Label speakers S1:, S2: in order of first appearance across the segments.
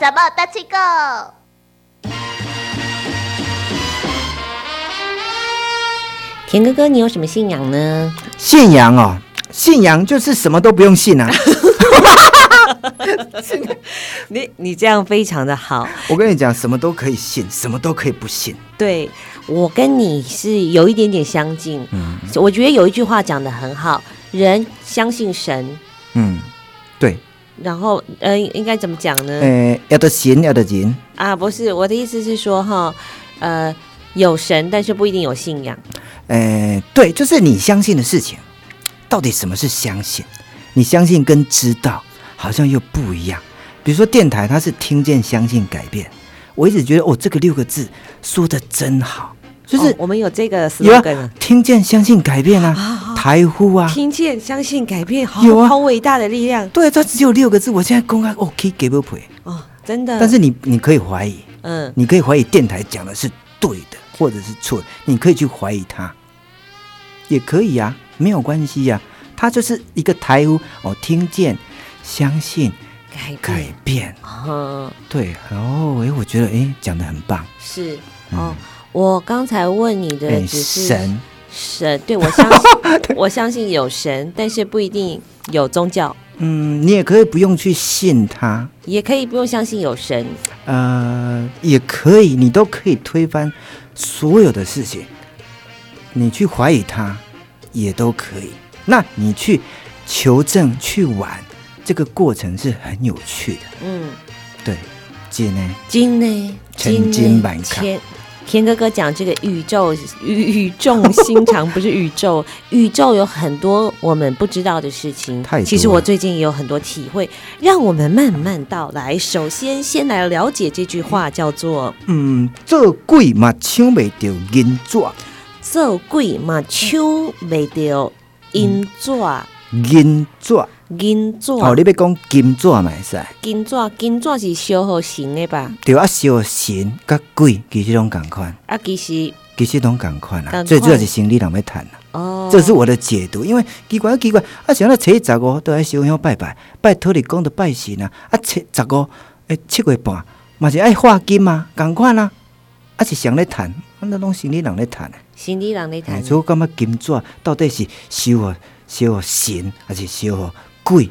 S1: 怎么大气 go？
S2: 田哥哥，你有什么信仰呢？
S3: 信仰哦，信仰就是什么都不用信啊。
S2: 你你这样非常的好，
S3: 我跟你讲，什么都可以信，什么都可以不信。
S2: 对我跟你是有一点点相近。
S3: 嗯
S2: 我觉得有一句话讲的很好，人相信神，
S3: 嗯，对，
S2: 然后呃，应该怎么讲呢？
S3: 呃，要得行，要得行。
S2: 啊，不是我的意思是说哈，呃，有神，但是不一定有信仰。
S3: 呃，对，就是你相信的事情，到底什么是相信？你相信跟知道好像又不一样。比如说电台，它是听见、相信、改变。我一直觉得，哦，这个六个字说的真好，就是、
S2: 哦我们有这个
S3: 有
S2: slogan
S3: 啊
S2: 啊，，
S3: 听见、相信、改变啊，台呼啊，
S2: 听见、相信、改变，好
S3: 有啊
S2: 好伟大的力量
S3: 对，它只有六个字。我现在公开哦，可以给不赔，
S2: 哦，真的。
S3: 但是你你可以怀疑，
S2: 嗯，
S3: 你可以怀疑电台讲的是对的，或者是错的，你可以去怀疑它，也可以啊，没有关系呀、啊。它就是一个台呼哦，听见、相信、
S2: 改
S3: 改
S2: 变，
S3: 变，
S2: 嗯，
S3: 对。哦，诶，我觉得诶，讲的很棒，
S2: 是哦。我刚才问你的
S3: 诶，
S2: 只是
S3: 嗯哎神，
S2: 神，对我相 信，我相信有神，但是不一定有宗教，
S3: 嗯，你也可以不用去信它，
S2: 也可以不用相信有神。
S3: 呃，也可以，你都可以推翻所有的事情，你去怀疑它也都可以。那你去求证、去玩，这个过程是很有趣的。
S2: 嗯，
S3: 对，姐呢？
S2: 金呢？
S3: 千
S2: 金呢
S3: 金万卡
S2: 天天哥哥讲这个宇宙宇宇宙心肠不是宇宙，宇宙有很多我们不知道的事情
S3: 太多。了
S2: 其实我最近也有很多体会，让我们慢慢道来。首先，先来了解这句话，叫做
S3: 嗯，做鬼嘛抢袂到银纸，
S2: “做鬼嘛抢袂到银纸，
S3: 银纸
S2: 银纸，
S3: 哦，你要讲金纸嘛会使，
S2: 金纸，金纸是小号型的吧？
S3: 对啊，小神甲鬼其实拢共款，
S2: 啊，其实
S3: 其实拢共款
S2: 同
S3: 啊。
S2: 款
S3: 最主要是生理人要趁啊。
S2: 哦，
S3: 这是我的解读，因为奇怪奇怪，啊，像那初一十五都爱烧香拜拜，拜托你讲的拜神啊，啊，七十五诶七月半嘛是爱化金啊，共款啊，啊是谁咧趁，啊那拢生理人咧趁的，
S2: 心理人在
S3: 哎、
S2: 谈
S3: 所以我感觉金纸啊到底是烧互烧互神，还是烧互鬼？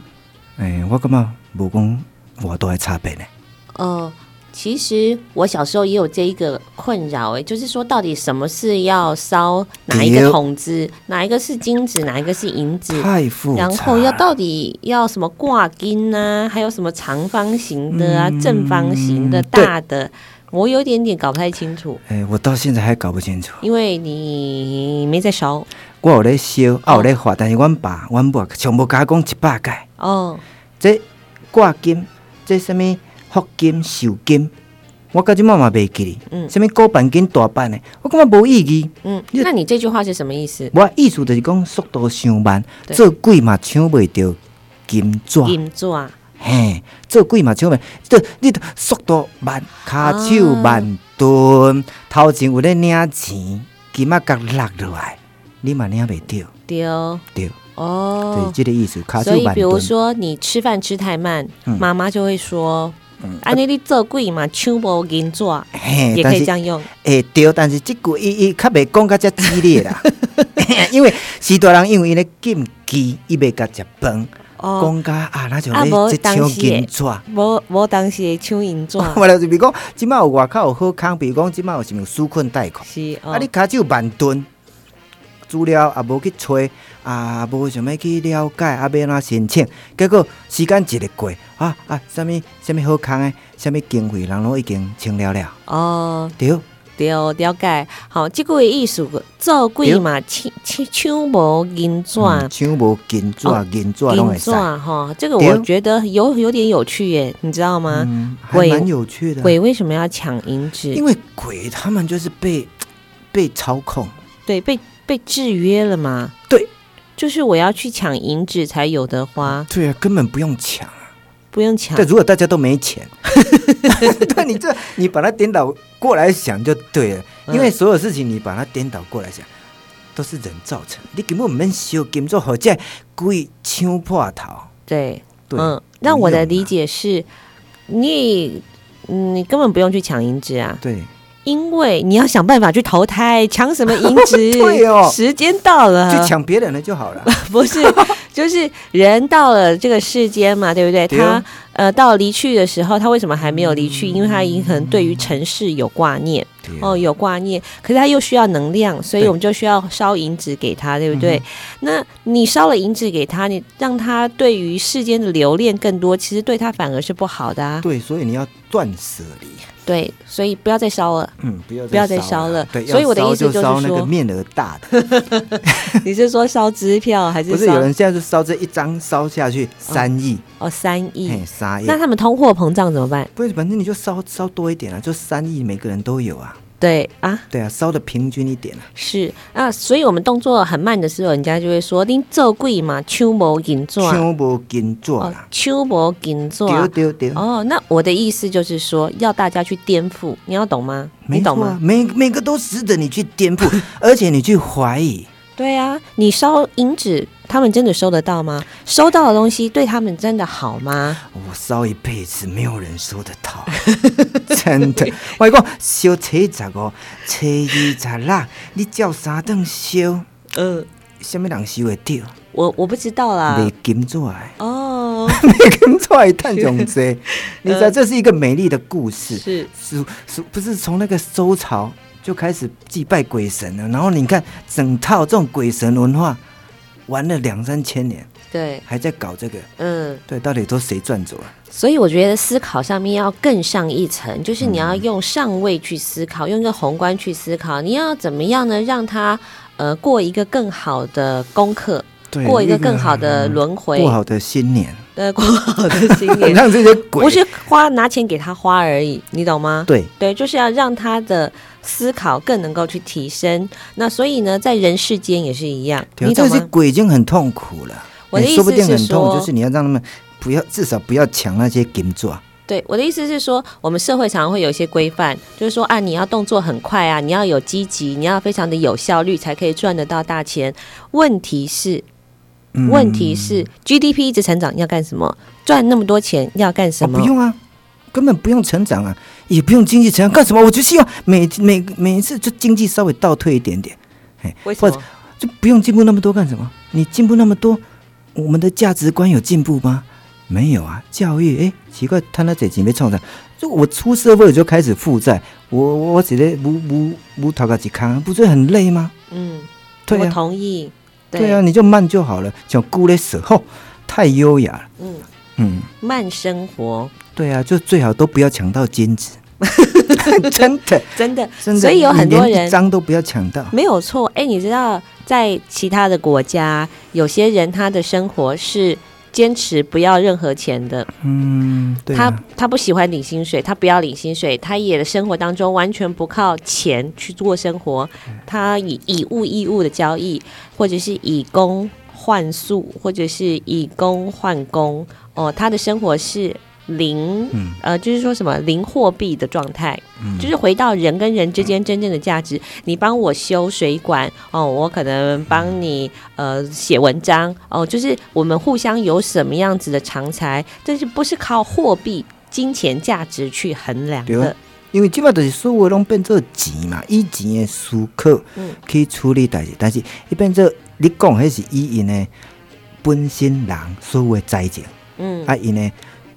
S3: 诶、我感觉无讲偌大的差别呢。
S2: 哦。其实我小时候也有这一个困扰，哎，就是说到底什么是要烧哪一个
S3: 对
S2: 筒子，哪一个是金子，哪一个是银子，
S3: 太复杂
S2: 嗯然
S3: 了，
S2: 后要到底要什么挂金啊，还有什么长方形的啊、
S3: 嗯
S2: 正方形的、
S3: 对
S2: 大的，我有一点点搞不太清楚，
S3: 诶、我到现在还搞不清楚。
S2: 因为你没在烧
S3: 我有咧烧，啊有咧化，但是阮爸、阮母啊全部甲我讲一百届。
S2: 哦，
S3: 这挂金，这什物福金、寿金，我到即满嘛袂记哩。
S2: 嗯
S3: 什物古板金、大板的，我感觉无意义。
S2: 嗯，
S3: 你
S2: 那你这句话是什么意思？
S3: 我意思就是讲速度伤慢，
S2: 对
S3: 做鬼嘛抢袂着金纸，
S2: 银座啊，
S3: 嘿，做鬼嘛抢袂。这你著速度慢，骹手慢蹲，头前有咧领钱，金仔甲落落来，你嘛领袂着，
S2: 对哦，
S3: 对，就是
S2: 哦，
S3: 即个意思。骹
S2: 所
S3: 手
S2: 以
S3: 慢
S2: 比如
S3: 蹲。
S2: 说你吃饭吃太慢，
S3: 嗯
S2: 妈妈就会说，安尼你做鬼嘛，抢无银纸，
S3: 嘿
S2: 也可
S3: 但
S2: 以
S3: 是
S2: 这样用，
S3: 诶，对，但是即句伊伊较袂讲较遮激烈 啦， 因为许多人因为伊咧禁忌，伊袂甲食饭，
S2: 哦，
S3: 讲甲啊，那就
S2: 啊无
S3: 咧即
S2: 当
S3: 抢
S2: 时哦的
S3: 金纸。
S2: 无无当时会抢银纸，
S3: 我就是比如讲，即摆有外口有好康，比如讲即摆有什么纾困贷款，
S2: 是
S3: 啊，
S2: 哦
S3: 你，骹手慢蹲，资料也无去揣，啊，无想要去了解，啊，要哪申请，结果时间一日过，啊啊，什物什物好康诶，什物经费，人拢已经清了了，
S2: 哦，
S3: 对。
S2: 对，了解，好，这句的意思，做鬼嘛，抢抢抢无银纸，
S3: 嗯抢无金纸
S2: 哦、
S3: 银纸拢会
S2: 银
S3: 使
S2: 纸。哈，这个
S3: 对
S2: 我觉得有有点有趣耶，你知道吗？
S3: 嗯，还
S2: 鬼
S3: 蛮有趣的。
S2: 鬼为什么要抢银纸？
S3: 因为鬼他们就是被被操控，
S2: 对，被被制约了嘛。
S3: 对，
S2: 就是我要去抢银纸才有的花，
S3: 对啊，根本不用抢啊。
S2: 不用抢
S3: 但。如果大家都没钱， 对你这你把它颠倒过来想就对了，
S2: 嗯
S3: 因为所有事情你把它颠倒过来想。都是人造成，你根本唔免烧金做或者鬼抢破头。
S2: 对，
S3: 对，
S2: 嗯嗯，那我的
S3: 不用啊
S2: 理解是，你嗯，你根本不用去抢银质啊，
S3: 对，
S2: 因为你要想办法去投胎，抢什么银质？
S3: 对哦
S2: 时间到了，
S3: 去抢别人的就 好了。
S2: 不是，就是人到了这个世间嘛，对不对？
S3: 对
S2: 他
S3: 哦
S2: 呃，到离去的时候，他为什么还没有离去？因为他已经可能对于尘世有挂念，
S3: 对啊
S2: 哦，有挂念，可是他又需要能量，所以
S3: 对
S2: 我们就需要烧银纸给他，对不对？
S3: 嗯
S2: 那你烧了银纸给他，你让他对于世间的留恋更多，其实对他反而是不好的啊。
S3: 对，所以你要断舍离，
S2: 对，所以不要再烧了。
S3: 嗯，不要
S2: 不要再
S3: 烧
S2: 烧了
S3: 对，
S2: 所以
S3: 要
S2: 我的意
S3: 烧
S2: 思就是
S3: 烧那个
S2: 说
S3: 面额大的，
S2: 你是说烧支票还是
S3: 不是
S2: 烧
S3: 有人现在就烧这一张烧下去三亿，
S2: 哦三亿
S3: 嘿，？三亿
S2: 那。他们通货膨胀怎么办？
S3: 不是，反正你就烧烧多一点啊，就三亿，每个人都有啊。
S2: 对啊，
S3: 对啊，烧的平均一点啊。
S2: 是啊，所以我们动作很慢的时候，人家就会说“你做鬼嘛，手无紧做啊，
S3: 枪无紧做
S2: 哦
S3: 啦，，
S2: 手无紧做啊
S3: 丢丢丢。
S2: 哦，那我的意思就是说，要大家去颠覆，你要懂吗？
S3: 没
S2: 你懂
S3: 错啊
S2: 吗？
S3: 每每个都值得你去颠覆， 而且你去怀疑。
S2: 对啊，你烧银纸，他们真的收得到吗？收到的东西对他们真的好吗？
S3: 我烧一辈子，没有人收得到， 真的。我跟你讲烧初十五、初二、十六，你照三顿烧，呃
S2: 嗯，
S3: 什么人收会到？
S2: 我我不知道啦
S3: 卖。金纸的，
S2: 哦，
S3: 卖金纸的赚上多。你知道这是一个美丽的故事，
S2: 呃是
S3: 是是，不是从那个周朝就开始祭拜鬼神了？然后你看整套这种鬼神文化，玩了两三千年，
S2: 对，
S3: 还在搞这个。
S2: 嗯，
S3: 对，到底都谁赚走了？
S2: 所以我觉得思考上面要更上一层，就是你
S3: 嗯
S2: 要用上位去思考，用一个宏观去思考，你要怎么样呢？让他呃过一个更好的功课，
S3: 对
S2: 过一个更好的轮回
S3: 过， 好的新年，
S2: 呃，过好的 新年。
S3: 让这些鬼
S2: 不是花拿钱给他花而已，你懂吗？
S3: 对
S2: 对，就是要让他的思考更能够去提升。那所以呢，在人世间也是一样，
S3: 对啊
S2: 你
S3: 这
S2: 懂
S3: 些
S2: 吗？
S3: 鬼已经很痛苦了。
S2: 我的
S3: 哎
S2: 意
S3: 说不
S2: 思
S3: 定
S2: 是
S3: 很痛苦，
S2: 说
S3: 就是你要让他们不要，至少不要抢那些金爪。
S2: 对，我的意思是说，我们社会常常会有一些规范，就是说啊，你要动作很快啊，你要有积极，你要非常的有效率，才可以赚得到大钱。问题是，
S3: 嗯
S2: 问题是、GDP 一直成长要干什么？赚那么多钱要干
S3: 哦，
S2: 什么？
S3: 不用啊，根本不用成长啊，也不用经济成长，干什么？我就希望每每每一次就经济稍微倒退一点点，哎，
S2: 为什
S3: 或
S2: 么
S3: 者？就不用进步那么多干什么？你进步那么多，我们的价值观有进步吗？没有啊，教育哎，奇怪，他那这钱被创造，就我出社会我就开始负债，我我我直接无无无头个几康，不是很累吗？
S2: 嗯，
S3: 对
S2: 我
S3: 啊，
S2: 同意。
S3: 对啊，你就慢就好了，想顾嘞舍后，太优雅了，
S2: 嗯，
S3: 嗯，
S2: 慢生活。
S3: 对啊，就最好都不要抢到金子，真的
S2: 真的，
S3: 真的，
S2: 所以有很多
S3: 你连一
S2: 人
S3: 张都不要抢到，
S2: 没有错。哎，你知道，在其他的国家，有些人他的生活是坚持不要任何钱的，
S3: 嗯，对、啊，
S2: 他他不喜欢领薪水，他不要领薪水，他也的生活当中完全不靠钱去过生活，
S3: 嗯
S2: 他以以物易物的交易，或者是以工换宿，或者是以工换工，哦，他的生活是。零
S3: 嗯，
S2: 呃，就是说什么零货币的状态，
S3: 嗯
S2: 就是回到人跟人之间真正的价值。你帮我修水管哦，我可能帮你
S3: 嗯
S2: 呃写文章哦，就是我们互相有什么样子的长才，但是不是靠货币、金钱价值去衡量
S3: 对啊
S2: 的？
S3: 因为即摆就是所有拢变做钱嘛，以钱的思考
S2: 嗯
S3: 去处理代志，但是伊变做你讲迄是以因的本身人所有的财情，
S2: 嗯，
S3: 啊因的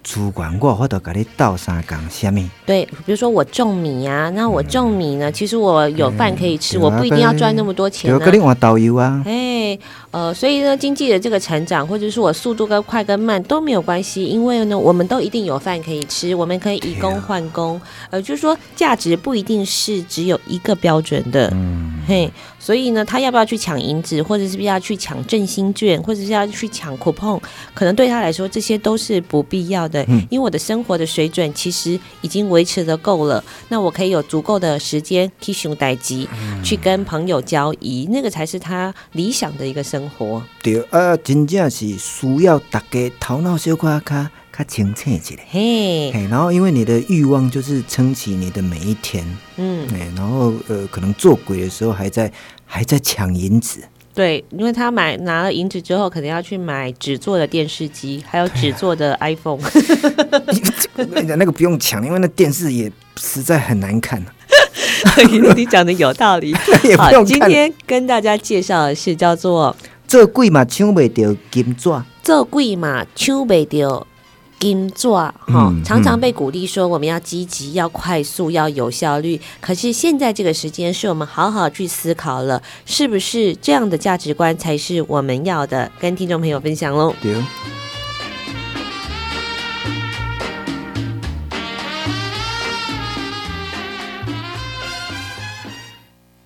S3: 资源我有法度甲你斗相共，什物？
S2: 对，比如说我种米啊，那我种米呢，其实我有饭可以吃，
S3: 嗯
S2: 我不一定要赚那么多钱
S3: 就
S2: 啊
S3: 甲。你换导游啊，
S2: 哎，呃，所以呢，经济的这个成长，或者是我速度跟快跟慢都没有关系，因为呢，我们都一定有饭可以吃，我们可以以
S3: 对
S2: 工
S3: 啊
S2: 换工，呃，就是说价值不一定是只有一个标准的，
S3: 嗯，
S2: 嘿，所以呢，他要不要去抢银纸，或者是不是要去抢振兴券，或者是要去抢 coupon，可能对他来说这些都是不必要的，
S3: 嗯
S2: 因为我的生活的水准其实已经维持的够了，那我可以有足够的时间去熊待机，
S3: 嗯
S2: 去跟朋友交易，那个才是他理想的一个生活。
S3: 对啊，真正是需要大家头脑小可较较清醒一下。
S2: 嘿，
S3: 嘿，然后因为你的欲望就是撑起你的每一天，
S2: 嗯，
S3: 哎，然后呃，可能做鬼的时候还在还在抢银子，
S2: 对，因为他买拿了银纸之后，可能要去买纸做的电视机，还有纸做的
S3: 啊
S2: iPhone。
S3: 我跟你讲，那个不用抢，因为那电视也实在很难看、啊，
S2: 你讲的有道理。
S3: 也不
S2: 好，
S3: 用
S2: 今
S3: 看。
S2: 天跟大家介绍的是叫做
S3: 这贵嘛，抢不到金纸，
S2: “做贵嘛，抢不到金纸”哈、
S3: 嗯
S2: 常常被鼓励说我们要积极、要快速、要有效率。可是现在这个时间，是我们好好去思考了，是不是这样的价值观才是我们要的？跟听众朋友分享喽。
S3: 对。